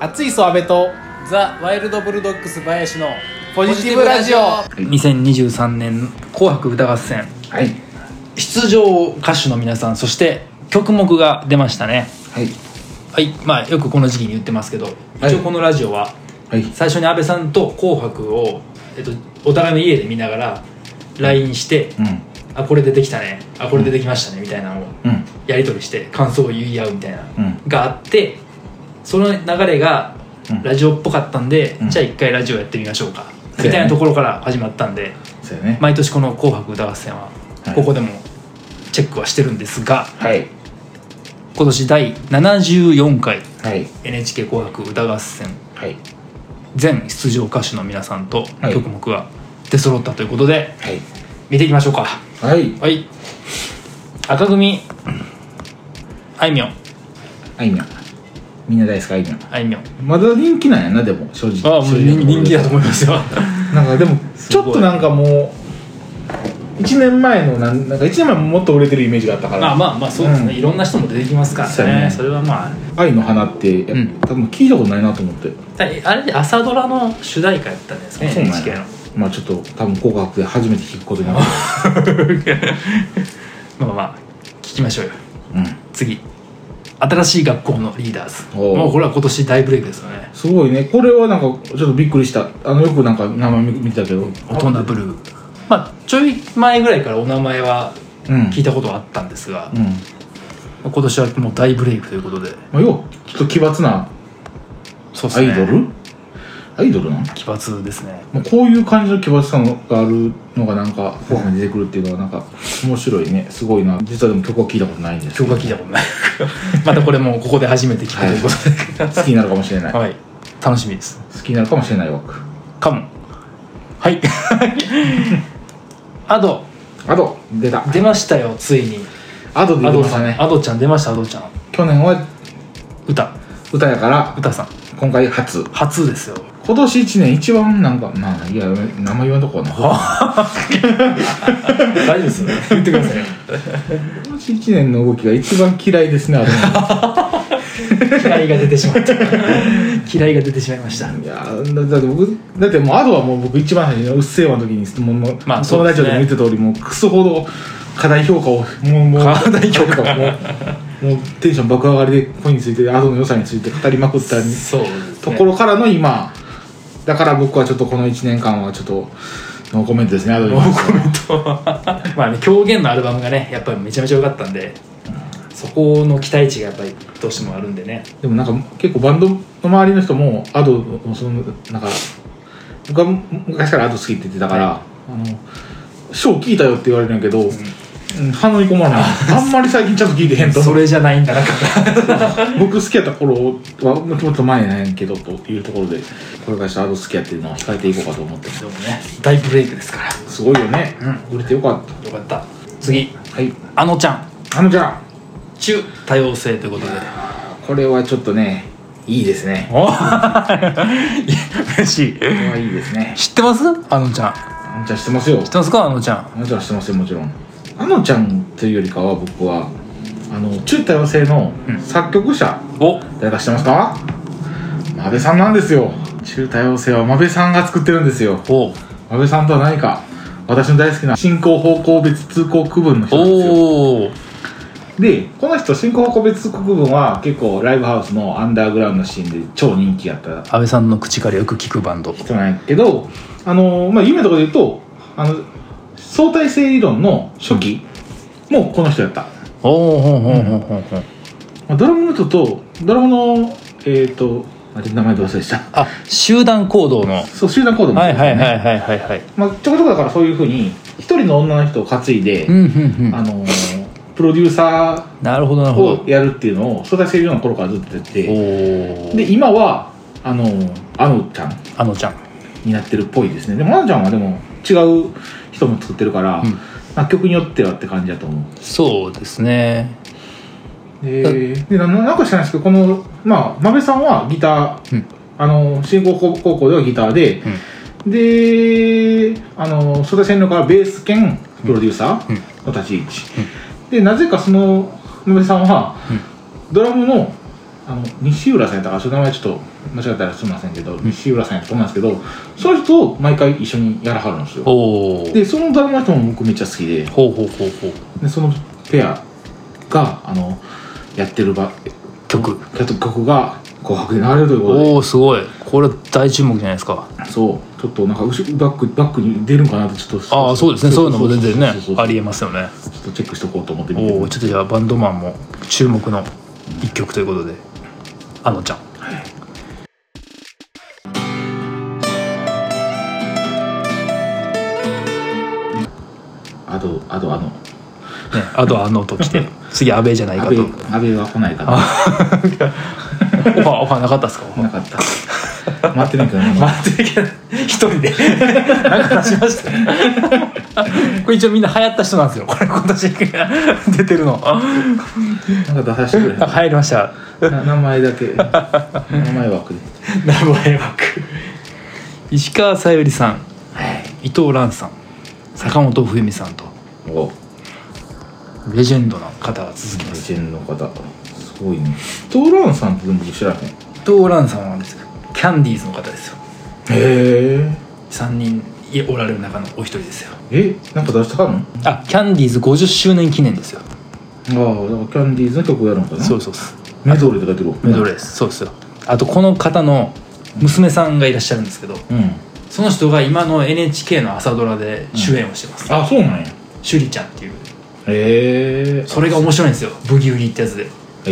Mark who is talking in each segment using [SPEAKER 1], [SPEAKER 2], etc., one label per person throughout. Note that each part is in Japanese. [SPEAKER 1] 熱いソアベと
[SPEAKER 2] ザ・ワイルド・ブルドッグス林の
[SPEAKER 1] ポジティブラジオ
[SPEAKER 3] 2023年「紅白歌合戦
[SPEAKER 4] はい」
[SPEAKER 3] 出場歌手の皆さんそして曲目が出ましたね
[SPEAKER 4] はい
[SPEAKER 3] はいまあよくこの時期に言ってますけど
[SPEAKER 4] はい
[SPEAKER 3] 一応このラジオは
[SPEAKER 4] はい
[SPEAKER 3] 最初に安倍さんと「紅白を」えっと、お互いの家で見ながら LINE して
[SPEAKER 4] うん
[SPEAKER 3] 「あこれ出てきたねあこれ出てきましたね」みたいなのを
[SPEAKER 4] うん
[SPEAKER 3] やり取りして感想を言い合うみたいな、
[SPEAKER 4] うん
[SPEAKER 3] があってその流れが
[SPEAKER 4] うん
[SPEAKER 3] ラジオっぽかったんで、
[SPEAKER 4] うん
[SPEAKER 3] じゃあ一回ラジオやってみましょうか、
[SPEAKER 4] そうやね
[SPEAKER 3] みたいなところから始まったんで
[SPEAKER 4] そうやね
[SPEAKER 3] 毎年この「紅白歌合戦」は
[SPEAKER 4] はい
[SPEAKER 3] ここでもチェックはしてるんですが、
[SPEAKER 4] はい
[SPEAKER 3] 今年第74回
[SPEAKER 4] はい
[SPEAKER 3] NHK 紅白歌合戦
[SPEAKER 4] はい
[SPEAKER 3] 全出場歌手の皆さんと
[SPEAKER 4] はい
[SPEAKER 3] 曲目が出揃ったということで
[SPEAKER 4] はい
[SPEAKER 3] 見ていきましょうか
[SPEAKER 4] はい
[SPEAKER 3] はい赤組あいみょん
[SPEAKER 4] あいみょんみんな大好きあいみょん
[SPEAKER 3] あいみょん
[SPEAKER 4] まだ人気なんやなでも正直
[SPEAKER 3] ああもう
[SPEAKER 4] 正直なところ
[SPEAKER 3] 人気だと思いま すよ
[SPEAKER 4] なんかでも
[SPEAKER 3] す
[SPEAKER 4] ち
[SPEAKER 3] ご
[SPEAKER 4] ょ
[SPEAKER 3] い
[SPEAKER 4] っとなんかもう1年前のなんなんか1年前ももっと売れてるイメージがあったから
[SPEAKER 3] まあまあまあそうですね、
[SPEAKER 4] うん
[SPEAKER 3] いろんな人も出てきますからねそ
[SPEAKER 4] そうやね
[SPEAKER 3] れはまあ
[SPEAKER 4] 愛の花って、やっ
[SPEAKER 3] うん
[SPEAKER 4] 多分聞いたことないなと思って
[SPEAKER 3] だあれで朝ドラの主題歌やったんじゃないですか
[SPEAKER 4] そうなんや
[SPEAKER 3] NHK の
[SPEAKER 4] まあちょっと多分紅白で初めて聞くことになる
[SPEAKER 3] まあまあ聞きましょうよ
[SPEAKER 4] うん
[SPEAKER 3] 次新しい学校のリーダーズ
[SPEAKER 4] おう
[SPEAKER 3] もうこれは今年大ブレイクですよね
[SPEAKER 4] すごいねこれはなんかちょっとびっくりしたあのよくなんか名前見てたけど
[SPEAKER 3] 大人ブルーまあちょい前ぐらいからお名前は
[SPEAKER 4] うん
[SPEAKER 3] 聞いたことはあったんですが
[SPEAKER 4] う、ん
[SPEAKER 3] 今年はもう大ブレイクということで
[SPEAKER 4] まあ、要はちょっと奇抜な
[SPEAKER 3] そうです
[SPEAKER 4] ア
[SPEAKER 3] ね
[SPEAKER 4] イドル、アイドルなん
[SPEAKER 3] 奇抜ですね
[SPEAKER 4] まあこういう感じの奇抜さがあるのがなんか紅白に出てくるっていうのはなんか面白いねすごいな実はでも曲は聞いたことないんですけ
[SPEAKER 3] 曲
[SPEAKER 4] ど
[SPEAKER 3] は聞いたことない またこれもここで初めて聞くということ
[SPEAKER 4] 好きになるかもしれない
[SPEAKER 3] で、はい、楽しみです
[SPEAKER 4] 好きになるかもしれない枠
[SPEAKER 3] カモンはい アド
[SPEAKER 4] アド出た
[SPEAKER 3] 出ましたよついに
[SPEAKER 4] アドで
[SPEAKER 3] ア
[SPEAKER 4] 出
[SPEAKER 3] ド
[SPEAKER 4] まし
[SPEAKER 3] さ
[SPEAKER 4] た
[SPEAKER 3] ん
[SPEAKER 4] ね
[SPEAKER 3] アドちゃん出ましたアドちゃん
[SPEAKER 4] 去年は
[SPEAKER 3] 歌
[SPEAKER 4] 歌やから
[SPEAKER 3] 歌さん
[SPEAKER 4] 今回初
[SPEAKER 3] 初ですよ
[SPEAKER 4] 今年1年一番なんかまあいや名前言わんとこうな今
[SPEAKER 3] 大丈夫ですよね言ってくださいよ
[SPEAKER 4] 年1年の動きが一番嫌いですねアド の
[SPEAKER 3] 嫌いが出てしまった嫌いが出てしまいました
[SPEAKER 4] いやだだって僕だってもうアドはもう僕一番最初の「うっせぇわ」の時にもうもう
[SPEAKER 3] まあそ
[SPEAKER 4] 友
[SPEAKER 3] うです
[SPEAKER 4] 達
[SPEAKER 3] ね
[SPEAKER 4] でも言ってた通りもうクソほど課題評価をもうもう
[SPEAKER 3] 課題評価
[SPEAKER 4] もうもうテンション爆上がりでこについてアドの良さについて語りまくった
[SPEAKER 3] そうです
[SPEAKER 4] ところからの今だから僕はちょっとこの1年間はちょっとノーコメントですねアドに関しては
[SPEAKER 3] まあね狂言のアルバムがねやっぱりめちゃめちゃ良かったんでそこの期待値がやっぱりどうしてもあるんでね
[SPEAKER 4] でもなんか結構バンドの周りの人もアドのそのなんか僕は昔からアド好きって言ってたから、あのショー聞いたよって言われるんやけど、うん反応に困 らないあんまり最近ちゃんと聞いてへんと
[SPEAKER 3] そ
[SPEAKER 4] 思う
[SPEAKER 3] れじゃないんだな
[SPEAKER 4] 僕好きやった頃はもともと前なんやけどというところでこれからしてアド好きやっていうのは控えていこうかと思って
[SPEAKER 3] でもね大ブレイクですから
[SPEAKER 4] すごいよね、売れてよかっ
[SPEAKER 3] よかった次
[SPEAKER 4] たはい
[SPEAKER 3] あのちゃん
[SPEAKER 4] あのじゃ
[SPEAKER 3] 中多様性ということで
[SPEAKER 4] あこれはちょっとねいいですね
[SPEAKER 3] お 嬉しい
[SPEAKER 4] これはいいですね
[SPEAKER 3] 知ってますあのちゃん知
[SPEAKER 4] あのちゃん知ってますよ
[SPEAKER 3] ってますかあのちゃん
[SPEAKER 4] あのちゃんはしてますよもちろんあのちゃんというよりかは僕はあの中多様性の
[SPEAKER 3] うん
[SPEAKER 4] 作曲者、
[SPEAKER 3] お
[SPEAKER 4] 誰か知ってますかまべさんなんですよ中多様性はまべさんが作ってるんですよ
[SPEAKER 3] お
[SPEAKER 4] まべさんとは何か私の大好きな進行方向別通行区分の人なんですよ
[SPEAKER 3] おお
[SPEAKER 4] でこの人進行方向別通行区分は結構ライブハウスのアンダーグラウンドのシーンで超人気やった
[SPEAKER 3] 安倍さんの口からよく聞くバンド
[SPEAKER 4] 人なんやけどあのまあ有名なところで言うとあの相対性理論の初期もこの人やった、
[SPEAKER 3] おおほんほんほんほんほん
[SPEAKER 4] まあドラムの人とドラムのえっ、ー、とあれ名前どうせでした
[SPEAKER 3] あ集団行動の
[SPEAKER 4] そう集団行動もそうで
[SPEAKER 3] はい
[SPEAKER 4] すよ
[SPEAKER 3] はい
[SPEAKER 4] ね
[SPEAKER 3] はいはいはいはい
[SPEAKER 4] まあ、ちょこちょこだからそういうふうに一人の女の人を担いで、
[SPEAKER 3] うんうんう
[SPEAKER 4] あ
[SPEAKER 3] ん
[SPEAKER 4] のープロデューサ
[SPEAKER 3] なるほどな
[SPEAKER 4] ー
[SPEAKER 3] るほど
[SPEAKER 4] をやるっていうのを相対性理論の頃からずっとやって
[SPEAKER 3] お
[SPEAKER 4] て
[SPEAKER 3] お
[SPEAKER 4] で今はあのーあのちゃん
[SPEAKER 3] あのちゃん
[SPEAKER 4] になってるっぽいですねでもあのちゃんはでも違う人も作ってるから、
[SPEAKER 3] うん
[SPEAKER 4] まあ、曲によってはって感じだと思う
[SPEAKER 3] そうですね
[SPEAKER 4] ででななんか知らないですけどこのまあ真部さんはギター、
[SPEAKER 3] うん
[SPEAKER 4] あの進行高校ではギターで、であの相対線のからベース兼プロデューサ
[SPEAKER 3] うん
[SPEAKER 4] ーの立ち位置、でなぜかその真部さんは、ドラムのあの西浦さんやったからその名前ちょっと間違ったらすみませんけど、西浦さんやったと思うんですけどその人を毎回一緒にやらはるんですよ
[SPEAKER 3] おお
[SPEAKER 4] でそのドラマの人も僕めっちゃ好きで
[SPEAKER 3] ほうほうほうほう
[SPEAKER 4] でそのペアがあのやってる場
[SPEAKER 3] 曲
[SPEAKER 4] 曲が「紅白」で流れるということで
[SPEAKER 3] おおすごいこれ大注目じゃないですか
[SPEAKER 4] そうちょっとなんか後ろバックバックに出るんかなってちょっと
[SPEAKER 3] ああそうですねそういうのも全然ね
[SPEAKER 4] そうそうそう
[SPEAKER 3] ありえますよね
[SPEAKER 4] ちょっとチェックしとこうと思って見て
[SPEAKER 3] おおちょっとじゃあバンドマンも注目の一曲ということであのちゃん
[SPEAKER 4] あとあとあの
[SPEAKER 3] ね、あとはあのと来て次安倍じゃないか
[SPEAKER 4] 安
[SPEAKER 3] と
[SPEAKER 4] 倍
[SPEAKER 3] オフ
[SPEAKER 4] 安倍は来ないかな
[SPEAKER 3] ァーオファーなかったですか
[SPEAKER 4] なかった待ってないけど ね
[SPEAKER 3] 待ってるけど一人でなんか出しましたこれ一応みんな流行った人なんですよこれ今年出てるの
[SPEAKER 4] なんか出させてくれ
[SPEAKER 3] あ入りました
[SPEAKER 4] な名前だけ名前枠で
[SPEAKER 3] 名前枠石川さゆりさん
[SPEAKER 4] はい
[SPEAKER 3] 伊藤蘭さん坂本冬美さんと
[SPEAKER 4] お
[SPEAKER 3] レジェンドな方が続き
[SPEAKER 4] レ
[SPEAKER 3] ます
[SPEAKER 4] ジェンドの方すごいねトーランさんってでも知らへんへ
[SPEAKER 3] 伊藤蘭さんはですねキャンディーズの方ですよ
[SPEAKER 4] え
[SPEAKER 3] 3人いおられる中のお一人ですよ
[SPEAKER 4] えなんか出したかんの
[SPEAKER 3] あキャンディーズ50周年記念ですよ
[SPEAKER 4] ああだからキャンディーズの曲やるのかな
[SPEAKER 3] そうそうそう
[SPEAKER 4] メドレーとかやってる
[SPEAKER 3] メドレーですそうですよあとこの方の娘さんがいらっしゃるんですけど
[SPEAKER 4] うん
[SPEAKER 3] その人が今の NHK の朝ドラで主演をしてます、
[SPEAKER 4] あそうなんや
[SPEAKER 3] シュリちゃんっていう
[SPEAKER 4] へえ
[SPEAKER 3] それが面白いんですよブギウギってやつで
[SPEAKER 4] え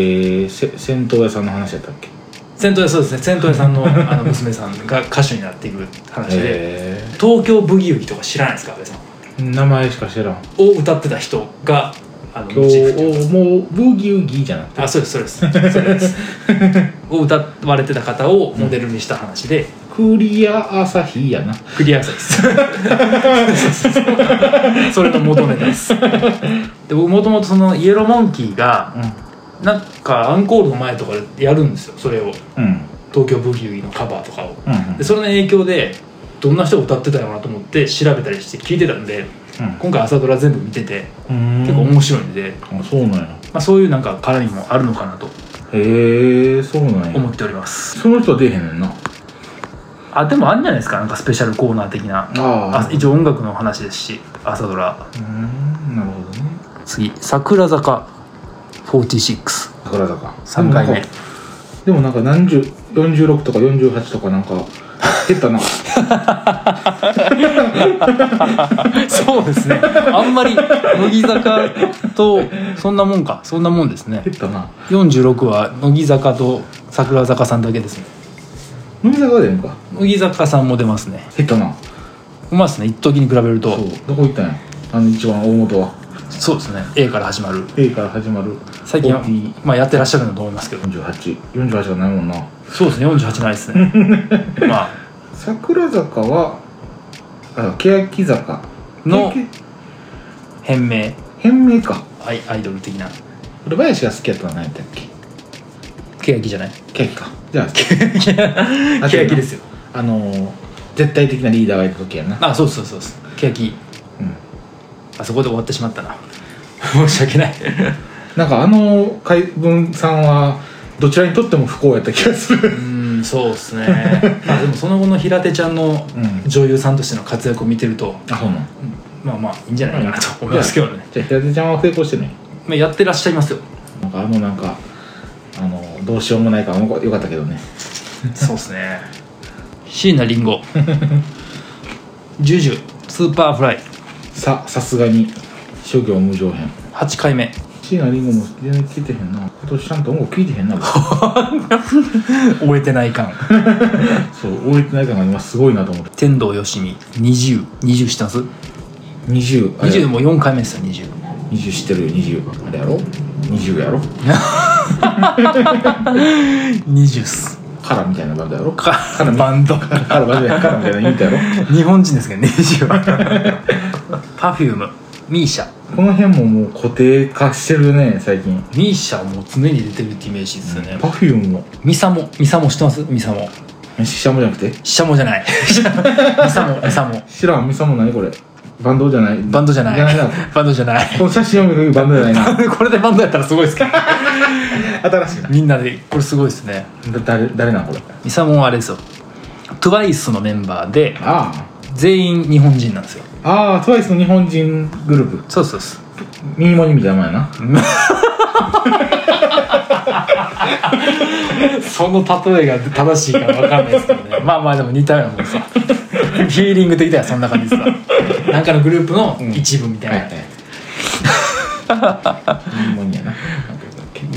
[SPEAKER 4] ー、せ銭湯屋さんの話やったっけ
[SPEAKER 3] 銭湯屋そうですね銭湯屋さんのあの娘さんが歌手になっていく話で
[SPEAKER 4] へ
[SPEAKER 3] 東京ブギウギとか知らないですか阿部さん
[SPEAKER 4] え名前しか知らん
[SPEAKER 3] を歌ってた人があの
[SPEAKER 4] 今
[SPEAKER 3] モチーフ
[SPEAKER 4] 日
[SPEAKER 3] というか
[SPEAKER 4] もうブギウギじゃなくて
[SPEAKER 3] あそうですそうですそうですを歌われてた方をモデルにした話で、
[SPEAKER 4] クリア朝日やな
[SPEAKER 3] クリアアサイ です。それの元ネタです。で僕もともとそのイエローモンキーがなんかアンコールの前とかでやるんですよそれを
[SPEAKER 4] うんうん
[SPEAKER 3] 東京ブギウギのカバーとかを。
[SPEAKER 4] うん
[SPEAKER 3] でそれの影響でどんな人が歌ってたのかなと思って調べたりして聞いてたんで今回朝ドラ全部見てて
[SPEAKER 4] うん
[SPEAKER 3] 結構面白いんで、ま
[SPEAKER 4] 構あそうなんや
[SPEAKER 3] あ、そういうなんか絡みもあるのかなと
[SPEAKER 4] へえそうなん
[SPEAKER 3] 思っ
[SPEAKER 4] や
[SPEAKER 3] ております。
[SPEAKER 4] その人は出えへんねんな
[SPEAKER 3] あでもあるんじゃないですかなんかスペシャルコーナー的な。
[SPEAKER 4] あ
[SPEAKER 3] あ一応音楽の話ですし朝ドラ
[SPEAKER 4] うんなるほどね
[SPEAKER 3] 次桜坂46
[SPEAKER 4] 桜坂
[SPEAKER 3] 3回目
[SPEAKER 4] でもなんか何十46とか48とかなんか減ったな
[SPEAKER 3] そうですねあんまり乃木坂とそんなもんかそんなもんですね
[SPEAKER 4] 減ったな
[SPEAKER 3] 46は乃木坂と桜坂さんだけですね
[SPEAKER 4] 乃木坂でんか
[SPEAKER 3] 乃木坂さんも出ますね
[SPEAKER 4] 減ったな
[SPEAKER 3] うまいですね一時に比べると
[SPEAKER 4] そうどこ行ったんやあの一番大元は
[SPEAKER 3] そうですね A から始まる
[SPEAKER 4] A から始まる
[SPEAKER 3] 最近は
[SPEAKER 4] 40、
[SPEAKER 3] まあ、やってらっしゃるんだと思いますけど
[SPEAKER 4] 4848がないもんな
[SPEAKER 3] そうですね48ないですね まあ
[SPEAKER 4] 桜坂はあ欅坂
[SPEAKER 3] の
[SPEAKER 4] 欅
[SPEAKER 3] 変名
[SPEAKER 4] 変名か
[SPEAKER 3] アイアイドル的な
[SPEAKER 4] 古林が好きやったのは何やったっけ
[SPEAKER 3] 欅 じゃない
[SPEAKER 4] 欅かじゃあ
[SPEAKER 3] 欅ですよ
[SPEAKER 4] あのー絶対的なリーダーがいた時やな
[SPEAKER 3] あそうそうそうそう欅
[SPEAKER 4] うん
[SPEAKER 3] あそこで終わってしまったな申し訳ない
[SPEAKER 4] なんかあの怪文さんはどちらにとっても不幸やった気がす
[SPEAKER 3] う
[SPEAKER 4] る
[SPEAKER 3] んそうです ねまあでもその後の平手ちゃんの
[SPEAKER 4] うん
[SPEAKER 3] 女優さんとしての活躍を見てると
[SPEAKER 4] あそうなん
[SPEAKER 3] まあまあいいんじゃないかなと思いますけど ね、
[SPEAKER 4] じゃあ平手ちゃんは成功してない
[SPEAKER 3] まあ、やってらっしゃいますよ
[SPEAKER 4] なんかあのなんかあのどうしようもないからよかったけどね
[SPEAKER 3] そうですね椎名林檎 ジュジュスーパーフライ
[SPEAKER 4] ささすがに諸行無常編
[SPEAKER 3] 8回目
[SPEAKER 4] 椎名林檎も全然聞いてへんな今年ちゃんと音楽聞いてへん な僕
[SPEAKER 3] 終えてない感
[SPEAKER 4] そう終えてない感が今すごいなと思って
[SPEAKER 3] 天童よしみ2020 20してます
[SPEAKER 4] 20
[SPEAKER 3] ?20 で
[SPEAKER 4] も
[SPEAKER 3] も4回目ですよ20
[SPEAKER 4] 20知ってるよ20あれやろ20やろ
[SPEAKER 3] 20っす
[SPEAKER 4] カラみたいなバンドやろカ
[SPEAKER 3] かバンド
[SPEAKER 4] ラバンドやカラみたいなユニットやろ
[SPEAKER 3] 日本人ですけどね20はパフュームミーシャ
[SPEAKER 4] この辺ももう固定化してるね最近
[SPEAKER 3] ミーシャはもう常に出てるってイメージですよね、
[SPEAKER 4] パフュームも
[SPEAKER 3] ミサモミサモ知ってますミサモ
[SPEAKER 4] シシャモじゃなくて
[SPEAKER 3] シャモじゃないミサモミサモ
[SPEAKER 4] 知らんミサモ何これバンドじゃない
[SPEAKER 3] バンドじゃない
[SPEAKER 4] じゃないな
[SPEAKER 3] バンドじゃない
[SPEAKER 4] この写真を見るバンドじゃないな
[SPEAKER 3] これでバンドやったらすごいですけど
[SPEAKER 4] 新しいな
[SPEAKER 3] みんなでこれすごいですね
[SPEAKER 4] だ誰誰なんこれ
[SPEAKER 3] ミサモンはあれですよ TWICE のメンバーで
[SPEAKER 4] あ
[SPEAKER 3] 全員日本人なんですよ
[SPEAKER 4] あああ TWICE の日本人グループ
[SPEAKER 3] そうそうそう
[SPEAKER 4] ミニモニみたいな名前やな
[SPEAKER 3] その例えが正しいか分かんないですけ どねまあまあでも似たようなもんさヒーリング的にはそんな感じですさなんかのグループの一部みたいな、
[SPEAKER 4] ミニモニやな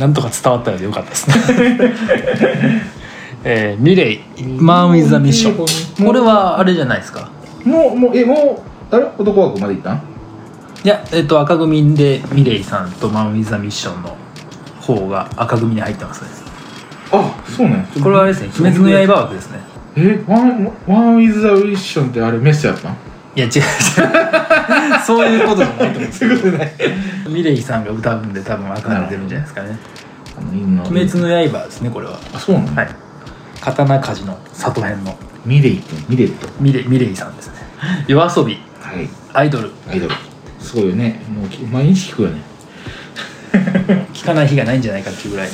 [SPEAKER 3] なんとか伝わったようでよかったですね えー、ミレイ「マン・ウィズ・ザ・ミッション」これはあれじゃないですか
[SPEAKER 4] もうもうえもうあれ男枠までいったん
[SPEAKER 3] いやえっ、と赤組でミレイさんと「マン・ウィズ・ザ・ミッション」の方が赤組に入ってますね
[SPEAKER 4] あそうね
[SPEAKER 3] これはあれですね「鬼滅の刃」枠ですね
[SPEAKER 4] えワンワンウィズザウィッションってあれメッセやったん
[SPEAKER 3] いや違う違う そういうことじゃないと思うんですけどミレイさんが歌うんで多分赤が出るんじゃないですかね
[SPEAKER 4] あの犬の
[SPEAKER 3] 「鬼滅の刃」ですねこれは
[SPEAKER 4] あそうなの、
[SPEAKER 3] はい刀鍛冶の里編の
[SPEAKER 4] ミレイってミレイと
[SPEAKER 3] ミレイミレイさんですね夜遊び
[SPEAKER 4] はい
[SPEAKER 3] アイドル
[SPEAKER 4] アイドルすごいよねもうき毎日聞くよね
[SPEAKER 3] 聞かない日がないんじゃないかっていうぐらい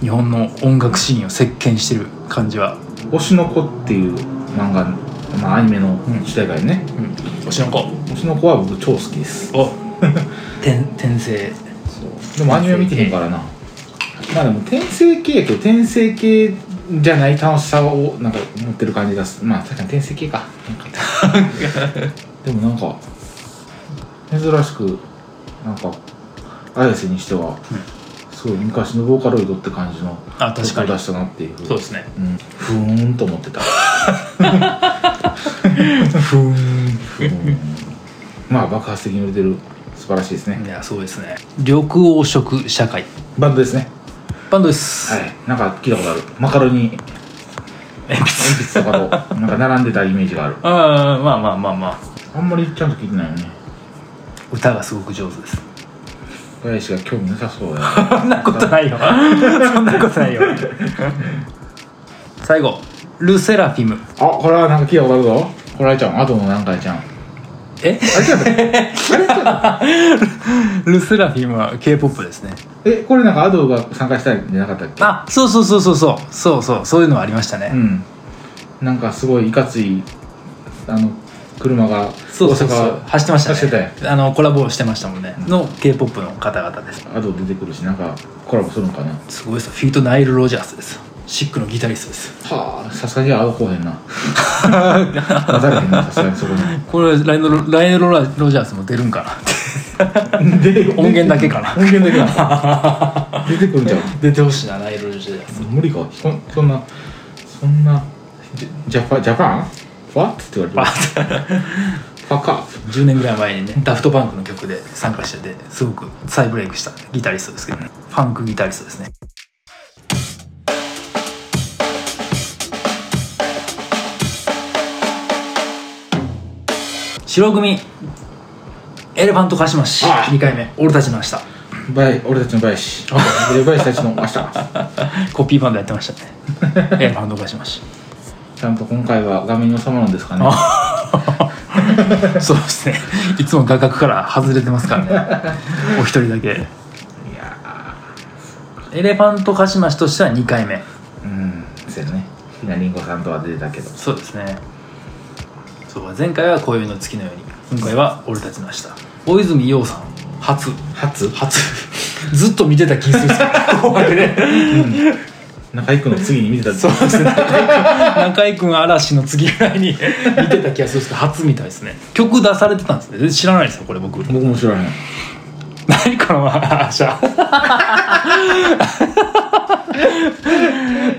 [SPEAKER 3] 日本の音楽シーンを席巻してる感じは
[SPEAKER 4] 「推しの子」っていう漫画まあアニメの
[SPEAKER 3] うん
[SPEAKER 4] 主題歌でね、
[SPEAKER 3] うん推しの子
[SPEAKER 4] 推しの子は僕超好きです
[SPEAKER 3] お 転転生
[SPEAKER 4] でもアニメ見てへんからなまあでも転生系やけど転生系じゃない楽しさをなんか持ってる感じがすまあ確かに転生系かなんかでもなんか珍しくなんか綾瀬にしては、すごい昔のボーカロイドって感じの
[SPEAKER 3] あ確かに
[SPEAKER 4] 曲を出したなっていう
[SPEAKER 3] そうですね
[SPEAKER 4] うん、ふーんと思ってた
[SPEAKER 3] ふーん
[SPEAKER 4] ふーんまあ爆発的に売れてる素晴らしいですね
[SPEAKER 3] いやそうですね緑黄色社会
[SPEAKER 4] バンドですね
[SPEAKER 3] バンドです、
[SPEAKER 4] はいなんか聞いたことあるマカロニ
[SPEAKER 3] 鉛筆
[SPEAKER 4] 鉛筆とかとなんか並んでたイメージがある
[SPEAKER 3] ああまあまあまあまあ
[SPEAKER 4] あんまりちゃんと聞いてないよね
[SPEAKER 3] 歌がすごく上手です
[SPEAKER 4] 林が興味なさそうや
[SPEAKER 3] そんなことない よそんなことないよ最後ルセラフィム
[SPEAKER 4] あこれはなんか聞いたことあるぞこれあれちゃんあとの何回ちゃんあ
[SPEAKER 3] え
[SPEAKER 4] れちゃう
[SPEAKER 3] ルセラフィムは K-POP ですね
[SPEAKER 4] えこれなんかアドが参加したんじゃなかったっけ
[SPEAKER 3] あそうそうそうそうそうそうそうそういうのはありましたね、
[SPEAKER 4] うんなんかすごいいかついあの車が
[SPEAKER 3] そうそうそ
[SPEAKER 4] 大
[SPEAKER 3] う走ってましたね
[SPEAKER 4] 走って
[SPEAKER 3] あのコラボしてましたもんね、の K-POP の方々です
[SPEAKER 4] アド出てくるしなんかコラボするのかな
[SPEAKER 3] すごいですよフィートナイル・ロジャースですよシックのギタリストですよ
[SPEAKER 4] はあさすがにアド来おへん な混ざれへんなさすがにそこ
[SPEAKER 3] これライノロライノロ・ロジャースも出るんかなって
[SPEAKER 4] にで
[SPEAKER 3] 音源だけかな
[SPEAKER 4] 音源だけなの出てくるんちゃう
[SPEAKER 3] 出てほしいなライノロ・ロジャース
[SPEAKER 4] 無理かそそんなそんなジャジャパンジャパンファって言われ
[SPEAKER 3] バ
[SPEAKER 4] て
[SPEAKER 3] ーッと
[SPEAKER 4] ファカ
[SPEAKER 3] 10年ぐらい前にねダフトパンクの曲で参加しててすごく再ブレイクしたギタリストですけど、ね、ファンクギタリストですね白組エレファントカシマシ
[SPEAKER 4] ああ
[SPEAKER 3] 2回目俺たちの明日
[SPEAKER 4] バイ俺たちのバイシ俺バイシたちの明日ち
[SPEAKER 3] コピーバンドやってました ねエレファントカシマシ
[SPEAKER 4] ゃんと今回は画面に収まるんですかね
[SPEAKER 3] そうですねいつも画角から外れてますからねお一人だけ
[SPEAKER 4] いや
[SPEAKER 3] エレファントカシマシとしては2回目
[SPEAKER 4] ーうんそうやねひなりんごさんとは出てたけど
[SPEAKER 3] そうですねそう前回は恋の月のように今回は俺たちの明日大泉洋さん初
[SPEAKER 4] 初
[SPEAKER 3] 初ずっと見てた気するっ すねここまでね
[SPEAKER 4] 中居君の次に見てたそうですね
[SPEAKER 3] 中居君嵐の次ぐらいに見てた気がするんですけど初みたいですね曲出されてたんですね全然知らないですよこれ僕
[SPEAKER 4] 僕も知らへん
[SPEAKER 3] 何この話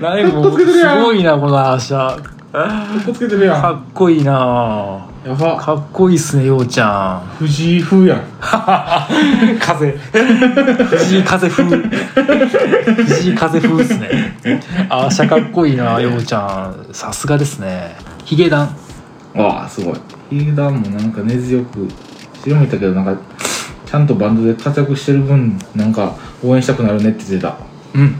[SPEAKER 3] 何もうすごいなこの話か
[SPEAKER 4] こつけてるやん
[SPEAKER 3] っこいいな
[SPEAKER 4] やば
[SPEAKER 3] かっこいいっすねようちゃん
[SPEAKER 4] 藤井風やん
[SPEAKER 3] 風藤井風風藤井風風ですねあーしゃかっこいいなようちゃんさすがですねヒゲダン
[SPEAKER 4] わあすごいヒゲダンもなんか根強く白も言ったけどなんかちゃんとバンドで活躍してる分なんか応援したくなるねって言ってた
[SPEAKER 3] うん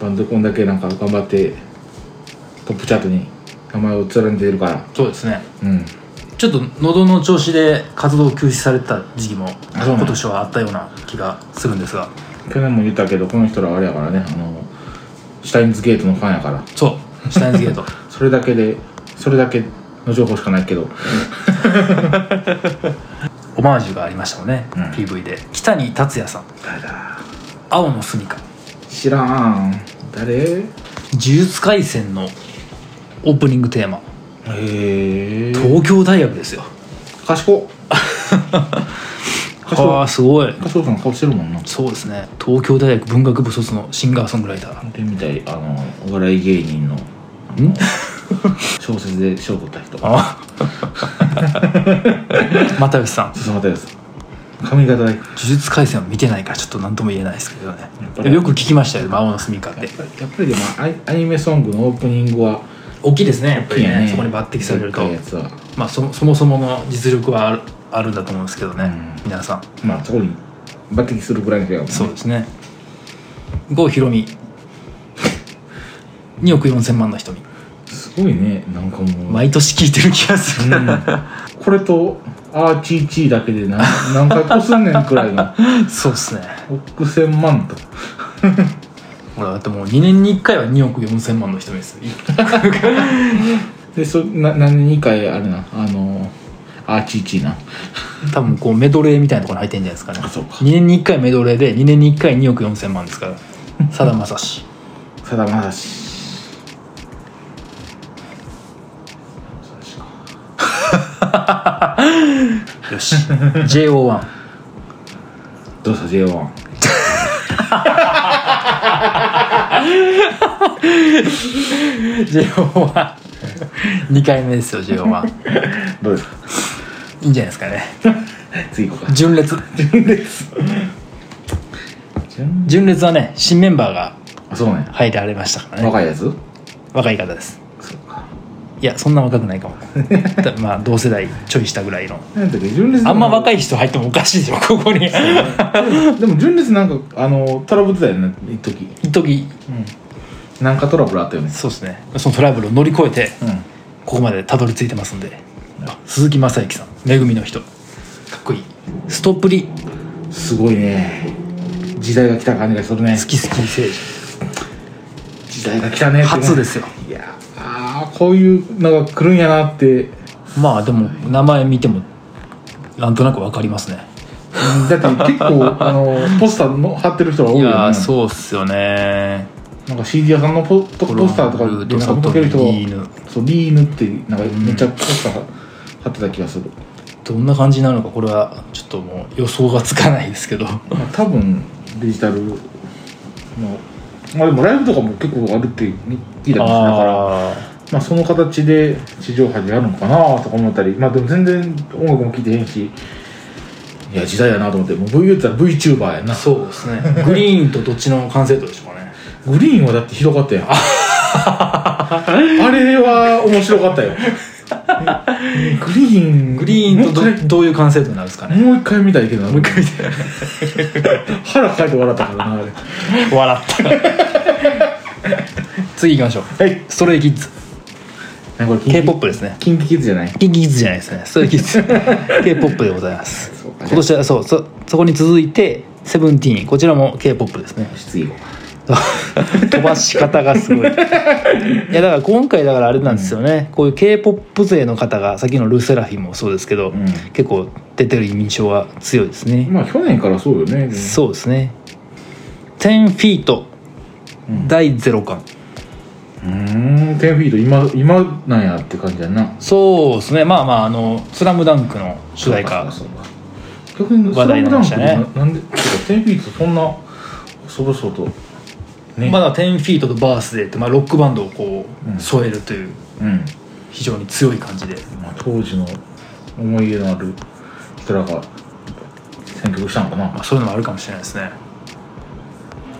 [SPEAKER 4] バンドこんだけなんか頑張ってトップチャートに名前を連ねてるから
[SPEAKER 3] そうですね
[SPEAKER 4] うん
[SPEAKER 3] ちょっと喉の調子で活動を休止されてた時期も
[SPEAKER 4] あそうなの
[SPEAKER 3] 今年はあったような気がするんですが
[SPEAKER 4] 去年も言ったけどこの人らあれやからねあのシュタインズゲートのファンやから
[SPEAKER 3] そうシュタインズゲート
[SPEAKER 4] それだけでそれだけの情報しかないけど
[SPEAKER 3] オマージュがありましたもんね、
[SPEAKER 4] うん
[SPEAKER 3] PV で北に達也さん
[SPEAKER 4] 誰だ
[SPEAKER 3] 青の住みか
[SPEAKER 4] 知らん誰へ
[SPEAKER 3] 呪術廻戦のオープニングテーマ
[SPEAKER 4] え
[SPEAKER 3] 東京大学ですよ
[SPEAKER 4] 賢っ
[SPEAKER 3] あ
[SPEAKER 4] 賢
[SPEAKER 3] あ
[SPEAKER 4] っ
[SPEAKER 3] すごい
[SPEAKER 4] 賢さんの顔してるもんな
[SPEAKER 3] そうですね東京大学文学部卒のシンガーソングライター
[SPEAKER 4] 俺みたいあのお笑い芸人のあの小説で賞を取った人
[SPEAKER 3] あ又吉さん
[SPEAKER 4] 進またやつ髪型だけ
[SPEAKER 3] 呪術廻戦は見てないからちょっと何とも言えないですけどね
[SPEAKER 4] ぱり
[SPEAKER 3] よく聞きましたよ「魔王の住みか」っ
[SPEAKER 4] や
[SPEAKER 3] て
[SPEAKER 4] っぱりやっぱりでもアニアニメソングのオープニングは
[SPEAKER 3] 大きいですねやっぱり
[SPEAKER 4] いや
[SPEAKER 3] ね
[SPEAKER 4] ね
[SPEAKER 3] そこに抜擢されると
[SPEAKER 4] でっかいやつは
[SPEAKER 3] まあそそもそもの実力はあるあるんだと思うんですけどね、
[SPEAKER 4] うん
[SPEAKER 3] 皆さん
[SPEAKER 4] まあそこに抜擢するぐらいの人やもんね
[SPEAKER 3] そうですね郷ひろみ2億4千万の瞳
[SPEAKER 4] すごいねなんかもう、
[SPEAKER 3] 毎年聞いてる気がする、
[SPEAKER 4] うんこれとアーチーチーだけで何何回こすんねんくらいの
[SPEAKER 3] そうですね
[SPEAKER 4] 億千万と
[SPEAKER 3] ほらだってもう2年に1回は2億4千万の瞳ですよ
[SPEAKER 4] でそな何に回あれなあのアーチーチーな
[SPEAKER 3] 多分こうメドレーみたいなところに入ってんじゃないですかね
[SPEAKER 4] あそうか
[SPEAKER 3] 2年に1回メドレーで2年に1回2億4千万です からさだまさし
[SPEAKER 4] さだまさし
[SPEAKER 3] よし JO1
[SPEAKER 4] どうした J1
[SPEAKER 3] JO12 回目ですよ JO1
[SPEAKER 4] どうですか
[SPEAKER 3] いいんじゃないですかね
[SPEAKER 4] 次行こうか
[SPEAKER 3] 純烈
[SPEAKER 4] じゃん
[SPEAKER 3] 純烈はね新メンバーが
[SPEAKER 4] あそうね
[SPEAKER 3] 入られましたからね
[SPEAKER 4] 若いやつ
[SPEAKER 3] 若い方です
[SPEAKER 4] そうか
[SPEAKER 3] いやそんな若くないかも たまあ同世代ちょい下ぐらいの
[SPEAKER 4] なんだっけ純烈
[SPEAKER 3] あんま若
[SPEAKER 4] い
[SPEAKER 3] い人入ってもおかしいでしょここに
[SPEAKER 4] でも純烈なんかあのトラブってたよね一時
[SPEAKER 3] 一時
[SPEAKER 4] なんかトラブルあったよね
[SPEAKER 3] そうですねそのトラブルを乗り越えて
[SPEAKER 4] うん
[SPEAKER 3] ここまでたどり着いてますんであ鈴木雅之さん「めぐみの人」かっこいいストップリ
[SPEAKER 4] すごいね時代が来た感じがするね
[SPEAKER 3] 好き好き政治
[SPEAKER 4] 時代が来たねってね
[SPEAKER 3] 初ですよ
[SPEAKER 4] いやあーこういうのが来るんやなって
[SPEAKER 3] まあでも名前見てもなんとなくわかりますね
[SPEAKER 4] だって結構あのポスターの貼ってる人が多いよね
[SPEAKER 3] うっすよね
[SPEAKER 4] なんか CD 屋さんのポポポスターとか
[SPEAKER 3] コロンブル
[SPEAKER 4] なんか向ける人
[SPEAKER 3] デソトリーヌ
[SPEAKER 4] そうリーヌってなんかめっちゃポスター貼ってた気がする、
[SPEAKER 3] どんな感じなのかこれはちょっともう予想がつかないですけど
[SPEAKER 4] まあ、多分デジタルのまあでもライブとかも結構あるって聞いたりしながらまあその形で地上波でやるのかなとか思ったりまあでも全然音楽も聴いてへんしいや時代やなと思ってもう V 言ったら VTuber やんな
[SPEAKER 3] そうです ねグリーンとどっちの完成度でしょうかね
[SPEAKER 4] グリーンはだってひどかったやんあれは面白かったよグリーン
[SPEAKER 3] グリーンと
[SPEAKER 4] もう一
[SPEAKER 3] どどういう完成度になるんですかね
[SPEAKER 4] 回もう一回見たいけどな
[SPEAKER 3] もう一回見て
[SPEAKER 4] 腹かいて笑ったからなあれ
[SPEAKER 3] 笑った 次行きましょう
[SPEAKER 4] はい
[SPEAKER 3] ストレイキッズ
[SPEAKER 4] なんかこれ
[SPEAKER 3] k p o p ですね
[SPEAKER 4] キンキキッズじゃない
[SPEAKER 3] キンキキッズじゃないですねストレイキ ッズ k p o p でございます
[SPEAKER 4] そうか
[SPEAKER 3] 今年はそうそそこに続いてセブンティーンこちらも k p o p ですね
[SPEAKER 4] 失意
[SPEAKER 3] 飛ばし方がすごいいやだから今回だからあれなんですよね、こういう k p o p 勢の方がさっきのルセラフィンもそうですけど、
[SPEAKER 4] うん
[SPEAKER 3] 結構出てる印象は強いですね、
[SPEAKER 4] まあ去年からそうよね
[SPEAKER 3] そうですね10フィート
[SPEAKER 4] うん
[SPEAKER 3] 第0巻、
[SPEAKER 4] うーん10フィート今今なんやって感じやんな
[SPEAKER 3] そうですねまあまああの「スラムダンクの主題
[SPEAKER 4] そ
[SPEAKER 3] 歌
[SPEAKER 4] うかそうか逆に
[SPEAKER 3] 話題になりましたね
[SPEAKER 4] スラムダンクでもなんで10フィートそんな細々とね
[SPEAKER 3] まだ10フィートとバースデーって、まあ、ロックバンドをこ
[SPEAKER 4] うん
[SPEAKER 3] う添えるという
[SPEAKER 4] うん
[SPEAKER 3] 非常に強い感じで、
[SPEAKER 4] まあ、当時の思い入れのある人らが選曲したのかな、
[SPEAKER 3] ま
[SPEAKER 4] ね
[SPEAKER 3] あ、そういうのもあるかもしれないですね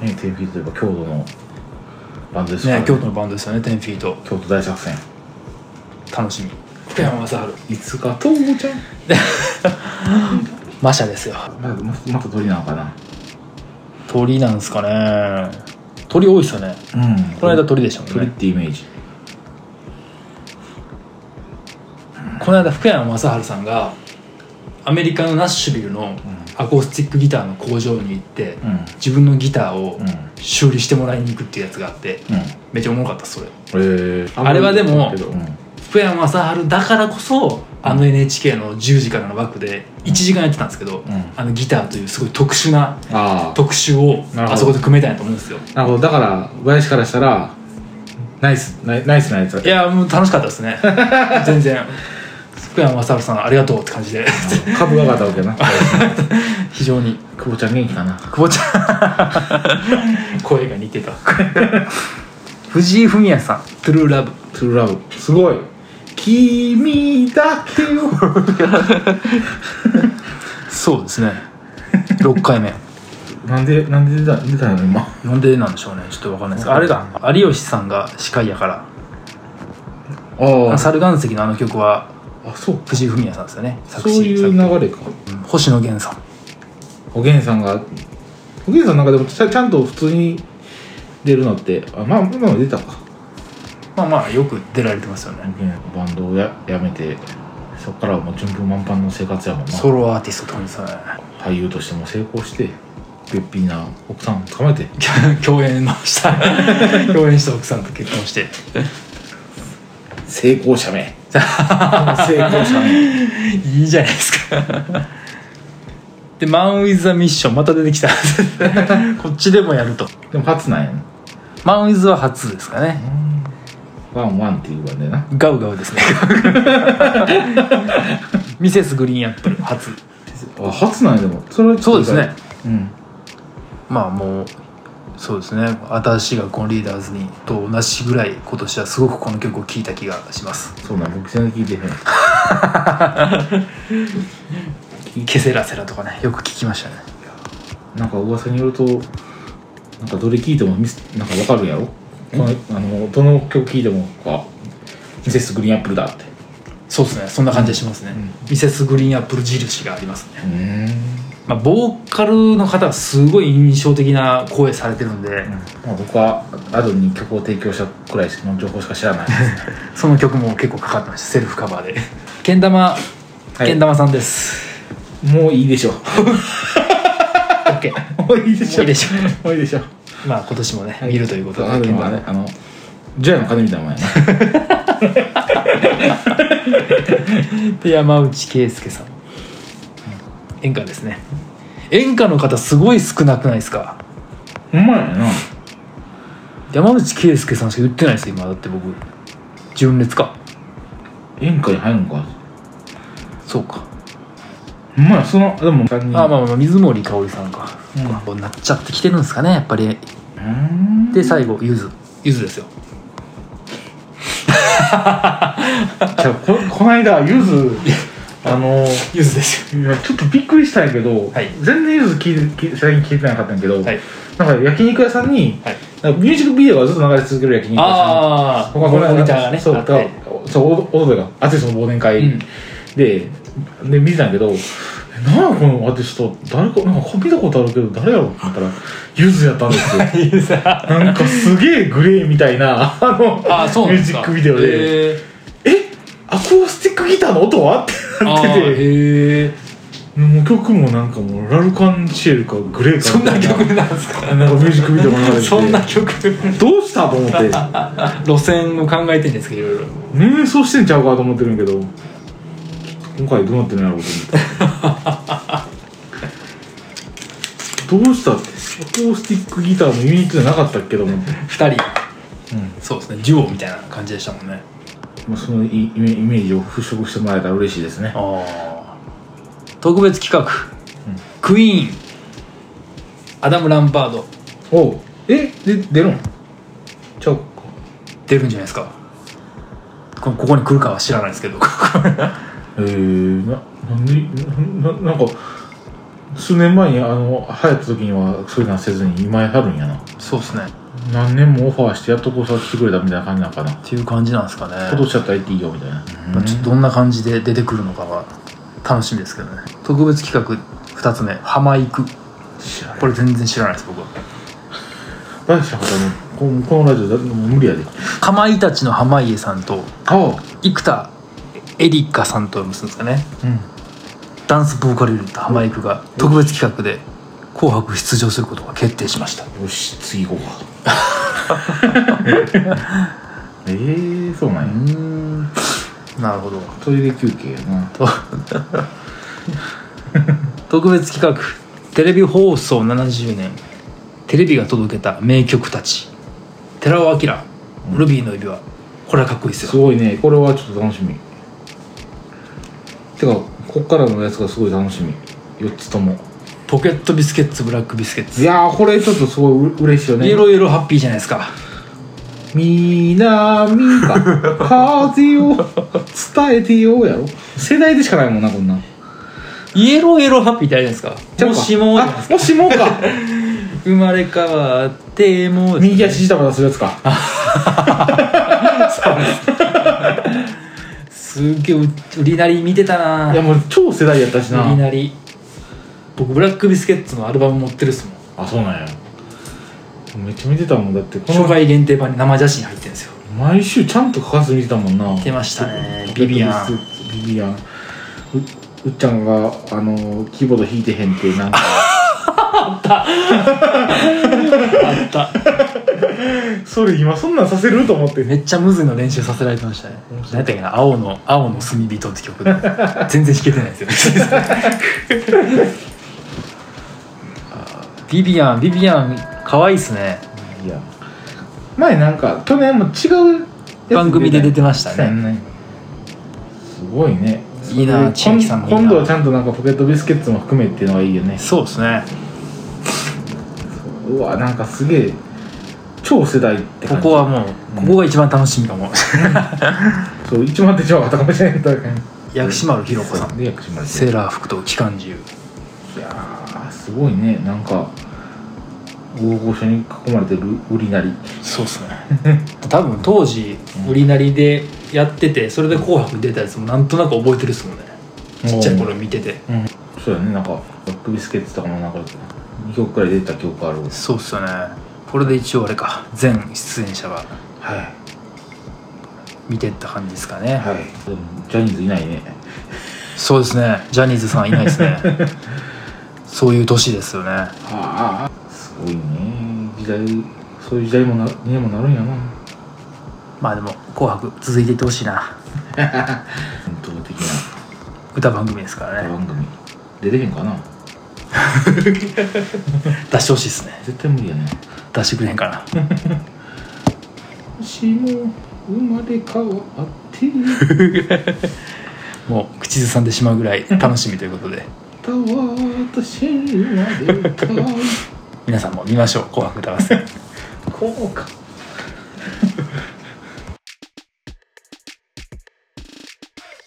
[SPEAKER 4] 10フィートといえば郷土のバンドですから
[SPEAKER 3] ね京都のバンドですよね10フィート
[SPEAKER 4] 京都大作戦
[SPEAKER 3] 楽しみ福山雅治
[SPEAKER 4] いつかともちゃん
[SPEAKER 3] マシャですよ
[SPEAKER 4] まだままた鳥なのかな
[SPEAKER 3] 鳥なんですかね鳥多いですよね
[SPEAKER 4] うん
[SPEAKER 3] この間鳥でしたもん
[SPEAKER 4] 鳥っ
[SPEAKER 3] ね
[SPEAKER 4] てイメージ
[SPEAKER 3] この間福山雅治さんがアメリカのナッシュビルのアコースティックギターの工場に行って
[SPEAKER 4] うん
[SPEAKER 3] 自分のギターを
[SPEAKER 4] うん
[SPEAKER 3] 修理してもらいに行くっていうやつがあって
[SPEAKER 4] うん
[SPEAKER 3] めっちゃおもろかったっすそれ
[SPEAKER 4] えー
[SPEAKER 3] あれはでも
[SPEAKER 4] けどうん
[SPEAKER 3] 福山雅治だからこそあの NHK の10時からの枠で1時間やってたんですけど、
[SPEAKER 4] ん
[SPEAKER 3] あのギターというすごい特殊な
[SPEAKER 4] ああ
[SPEAKER 3] 特集を
[SPEAKER 4] なるほど
[SPEAKER 3] あそこで組めたんやと思うんですよ
[SPEAKER 4] なるほどだから林からしたらナイスナイナイスなやつだ
[SPEAKER 3] いやもう楽しかったです ね全然福山雅治さんありがとうって感じで
[SPEAKER 4] 株上がったわけ やな
[SPEAKER 3] 非常に
[SPEAKER 4] 久保ちゃん元気かな
[SPEAKER 3] 久保ちゃん 声が似てた藤井フミヤさん「トゥルーラブ
[SPEAKER 4] トゥルーラブすごい君だけを
[SPEAKER 3] そうですね6回目
[SPEAKER 4] なんでなんで出た出たの今
[SPEAKER 3] なんでなんでしょうねちょっとわかんないですけどあれだ有吉さんが司会やから
[SPEAKER 4] ああ
[SPEAKER 3] 猿岩石のあの曲は
[SPEAKER 4] あそう
[SPEAKER 3] 藤井フミヤさんですよね
[SPEAKER 4] そ
[SPEAKER 3] 作
[SPEAKER 4] う
[SPEAKER 3] 詞
[SPEAKER 4] いう流れか
[SPEAKER 3] 作曲星野源さん
[SPEAKER 4] おげんさんがおげんさんなんかでもちゃちゃんと普通に出るのってあまあ今も出たか
[SPEAKER 3] まあまあよく出られてますよね
[SPEAKER 4] バンドをややめてそこからはもう順風満帆の生活やもんな
[SPEAKER 3] ソロアーティストともにさ
[SPEAKER 4] 俳優としても成功してべっぴんな奥さん捕まえて
[SPEAKER 3] 共演のした共演した奥さんと結婚して
[SPEAKER 4] 成功者め 成功者 め
[SPEAKER 3] いいじゃないですかで「マン・ウィズ・ザ・ミッション」また出て きたこっちでもやると
[SPEAKER 4] でも初なんやな
[SPEAKER 3] マン・ウィズは初ですかね
[SPEAKER 4] ワンワンっていう番でな
[SPEAKER 3] ガウガウ ですねミセス・グリーンアップル初
[SPEAKER 4] あ初なんやでもそれはち
[SPEAKER 3] そ
[SPEAKER 4] ょ
[SPEAKER 3] う
[SPEAKER 4] っと
[SPEAKER 3] ですね
[SPEAKER 4] うん
[SPEAKER 3] まあもうそうですね新しい学校のリーダーズにと同じぐらい今年はすごくこの曲を聴いた気がします
[SPEAKER 4] そうなん僕全然聞いてへん
[SPEAKER 3] 「ケセラセラ」とかねよく聴きましたね
[SPEAKER 4] なんか噂によるとなんかどれ聞いてもミスなんかわかるんやろこのあのどの曲聞いてもあミセスグリーンアップルだって
[SPEAKER 3] そうですねそんな感じがしますね、
[SPEAKER 4] うん
[SPEAKER 3] ミセス・グリーンアップル印がありますね
[SPEAKER 4] うん
[SPEAKER 3] まあ、ボーカルの方はすごい印象的な声されてるんで、
[SPEAKER 4] まあ僕はアドに曲を提供したくらいの情報しか知らないですね
[SPEAKER 3] その曲も結構かかってましたセルフカバーでけん玉
[SPEAKER 4] い
[SPEAKER 3] けん玉さんです、
[SPEAKER 4] もういいでしょ
[SPEAKER 3] オッケー
[SPEAKER 4] もういいで
[SPEAKER 3] もういいでしょ
[SPEAKER 4] もういいでしょ
[SPEAKER 3] うまあ今年もね、見るということで
[SPEAKER 4] アド
[SPEAKER 3] けん
[SPEAKER 4] に
[SPEAKER 3] 玉
[SPEAKER 4] は
[SPEAKER 3] ね
[SPEAKER 4] ねあのジョヤの金みたいなもんやな
[SPEAKER 3] で山内圭介さん演歌ですね演歌の方すごい少なくないですか
[SPEAKER 4] ほんまやな
[SPEAKER 3] 山内圭介さんしか言ってないです今だって僕純烈か
[SPEAKER 4] 演歌に入るのか
[SPEAKER 3] そうか、
[SPEAKER 4] ほんまやそのでも3人
[SPEAKER 3] ああまあまあ水森かおりさんか、
[SPEAKER 4] うん
[SPEAKER 3] こうなっちゃってきてるんですかねやっぱり
[SPEAKER 4] うーん
[SPEAKER 3] で最後ゆずゆずですよ
[SPEAKER 4] じゃあここの間ゆ ずあの
[SPEAKER 3] ゆずです
[SPEAKER 4] いやちょっとびっくりしたんやけど、
[SPEAKER 3] はい
[SPEAKER 4] 全然ゆず聞いて聞い最近聞いてなかったんやけど、
[SPEAKER 3] はい
[SPEAKER 4] なんか焼肉屋さんに、
[SPEAKER 3] はい
[SPEAKER 4] なんかミュージックビデオがずっと流れ続ける焼肉屋さん
[SPEAKER 3] ああ
[SPEAKER 4] 僕はこの間
[SPEAKER 3] モニターがね
[SPEAKER 4] そう
[SPEAKER 3] あっ
[SPEAKER 4] だから
[SPEAKER 3] て
[SPEAKER 4] そうおおどべがアーティストの忘年会
[SPEAKER 3] うん
[SPEAKER 4] で、で見てたんやけどえなんやこのアーティスト誰かなんか見たことあるけど誰やろうって思ったらゆずやったんですよ なんかすげえグレーみたいなあの
[SPEAKER 3] ああそうな
[SPEAKER 4] ミ
[SPEAKER 3] ん
[SPEAKER 4] ュージ
[SPEAKER 3] です
[SPEAKER 4] ッ
[SPEAKER 3] か
[SPEAKER 4] クビデオで。
[SPEAKER 3] へー
[SPEAKER 4] えアコースティックギターの音はってな
[SPEAKER 3] あ
[SPEAKER 4] って
[SPEAKER 3] ー
[SPEAKER 4] て
[SPEAKER 3] へえ
[SPEAKER 4] もう曲もなんかもうラルカンシエルかグレーか
[SPEAKER 3] そんな曲
[SPEAKER 4] みたい
[SPEAKER 3] なんですか
[SPEAKER 4] ななんかミュージックビデオも流れてて
[SPEAKER 3] そんな曲
[SPEAKER 4] どうしたと思 って
[SPEAKER 3] 路線を考えてんですけどいろいろ
[SPEAKER 4] 瞑想してんちゃうかと思ってるんやけど今回どうなってるんやろうと思ってどうしたってアコースティックギターのユニットじゃなかったっけと思って、
[SPEAKER 3] 二
[SPEAKER 4] う
[SPEAKER 3] 人そうですねデュオみたいな感じでしたもんね
[SPEAKER 4] ん、まあそのイイメイメージを払拭してもらえたら嬉しいですね
[SPEAKER 3] ああ特別企画クイーンアダム・ランバード
[SPEAKER 4] おうえで出るんちゃうか
[SPEAKER 3] 出るんじゃないですかこここに来るかは知らないですけど
[SPEAKER 4] えー、ななんでなななんか数年前にあの流行った時にはそういうのはせずに今やはるんやな
[SPEAKER 3] そうですねっ
[SPEAKER 4] 何年もオファーしてやっとこそ来てくれたみたいな感じなのかな
[SPEAKER 3] ていう感じなんですかね
[SPEAKER 4] 今年だったら行っていいよみたいな
[SPEAKER 3] まあちょっとどんな感じで出てくるのかは楽しみですけどね特別企画2つ目「浜行く」
[SPEAKER 4] 知らない
[SPEAKER 3] これ全然知らないです僕は
[SPEAKER 4] 大したこともこのこのラジオだもう無理やで
[SPEAKER 3] かまいたちの濱家さんと
[SPEAKER 4] ああ
[SPEAKER 3] 生田エリカさんと結ぶんですかね
[SPEAKER 4] うん
[SPEAKER 3] ダンスボーカルユニット浜井くが特別企画で「紅白」出場することが決定しました
[SPEAKER 4] よし次行こうか えー、そうなんや、
[SPEAKER 3] んなるほど
[SPEAKER 4] トイレ休憩やな
[SPEAKER 3] 特別企画テレビ放送70年テレビが届けた名曲たち寺尾明「ルビーの指輪」これはかっこいいです
[SPEAKER 4] す
[SPEAKER 3] よ
[SPEAKER 4] ごいねこれはちょっと楽しみてかこっからのやつがすごい楽しみ4つとも
[SPEAKER 3] ポケットビスケッツブラックビスケッ
[SPEAKER 4] い
[SPEAKER 3] ツ
[SPEAKER 4] やーこれちょっとすごいう嬉しいよね
[SPEAKER 3] いろいろハッピーじゃないですか
[SPEAKER 4] 南 が風を伝えてようやろ世代でしかないもんなこんなん
[SPEAKER 3] イエローエローハッピーってあれじゃないです
[SPEAKER 4] ち
[SPEAKER 3] か
[SPEAKER 4] ゃう
[SPEAKER 3] も
[SPEAKER 4] か
[SPEAKER 3] しも
[SPEAKER 4] あもし もか
[SPEAKER 3] 生まれ変わっても
[SPEAKER 4] 右足下からするやつか
[SPEAKER 3] すっげえう売りなり見てたない
[SPEAKER 4] やもう超世代やったし
[SPEAKER 3] 売り
[SPEAKER 4] な
[SPEAKER 3] なり僕ブラックビスケッツのアルバム持ってるっすもん
[SPEAKER 4] あそうなんやめっちゃ見てたもんだってこの
[SPEAKER 3] 初回限定版に生写真入ってるんですよ
[SPEAKER 4] 毎週ちゃんと欠かず見てたもんな
[SPEAKER 3] 見てましたねビビアン
[SPEAKER 4] ビビアンううっちゃんがあのキーボード弾いてへんってなんか
[SPEAKER 3] あった
[SPEAKER 4] それ今そんなんさせると思って
[SPEAKER 3] めっちゃムズの練習させられてましたね何やったっけな青の「青の炭人」って曲で全然弾けてないですよ ビビアンビビアン可愛いっすね
[SPEAKER 4] いや前なんか去年も違う
[SPEAKER 3] 番組で出てましたね
[SPEAKER 4] そうやんすごいね
[SPEAKER 3] いいな
[SPEAKER 4] それ
[SPEAKER 3] 千秋さんもいいな
[SPEAKER 4] 今度はちゃんとなんかポケットビスケッツも含めっていうのがいいよね
[SPEAKER 3] そうですね
[SPEAKER 4] うわなんかすげえ超世代って
[SPEAKER 3] こ
[SPEAKER 4] 感じ
[SPEAKER 3] こはもうここが一番楽しみかも
[SPEAKER 4] そう一番手帳があったかもしれないだけ
[SPEAKER 3] 薬師丸ひろ子さん
[SPEAKER 4] で訳しました
[SPEAKER 3] セーラー服と機関銃
[SPEAKER 4] いやーすごいねなんか大御所に囲まれてる売りなり
[SPEAKER 3] そうっすね多分当時売りなりでやっててそれで「紅白」出たやつもなんとなく覚えてるっすもんねちっちゃい頃見てて
[SPEAKER 4] そうだねなんかバックビスケッツとかもなんか2曲くらい出た記憶ある
[SPEAKER 3] そうっすよねこれで一応あれか全出演者が
[SPEAKER 4] はい
[SPEAKER 3] 見てった感じですかね、
[SPEAKER 4] はいでもジャニーズいないね
[SPEAKER 3] そうですねジャニーズさんいないです ねそういう年ですよね
[SPEAKER 4] ああすごいね時代そういう時代もなにもなるんやな
[SPEAKER 3] まあでも「紅白」続いていってほしいな
[SPEAKER 4] 伝統的な
[SPEAKER 3] 歌番組ですからね
[SPEAKER 4] 番組出てへんかな
[SPEAKER 3] 出してほしいですね
[SPEAKER 4] 絶対無理やね
[SPEAKER 3] 出してくれへん かな
[SPEAKER 4] もしも生まれ変わって
[SPEAKER 3] もう口ずさんでしまうぐらい楽しみということで
[SPEAKER 4] た私に生まれ変わっ
[SPEAKER 3] 皆さんも見ましょう「紅白歌合戦」
[SPEAKER 4] こうか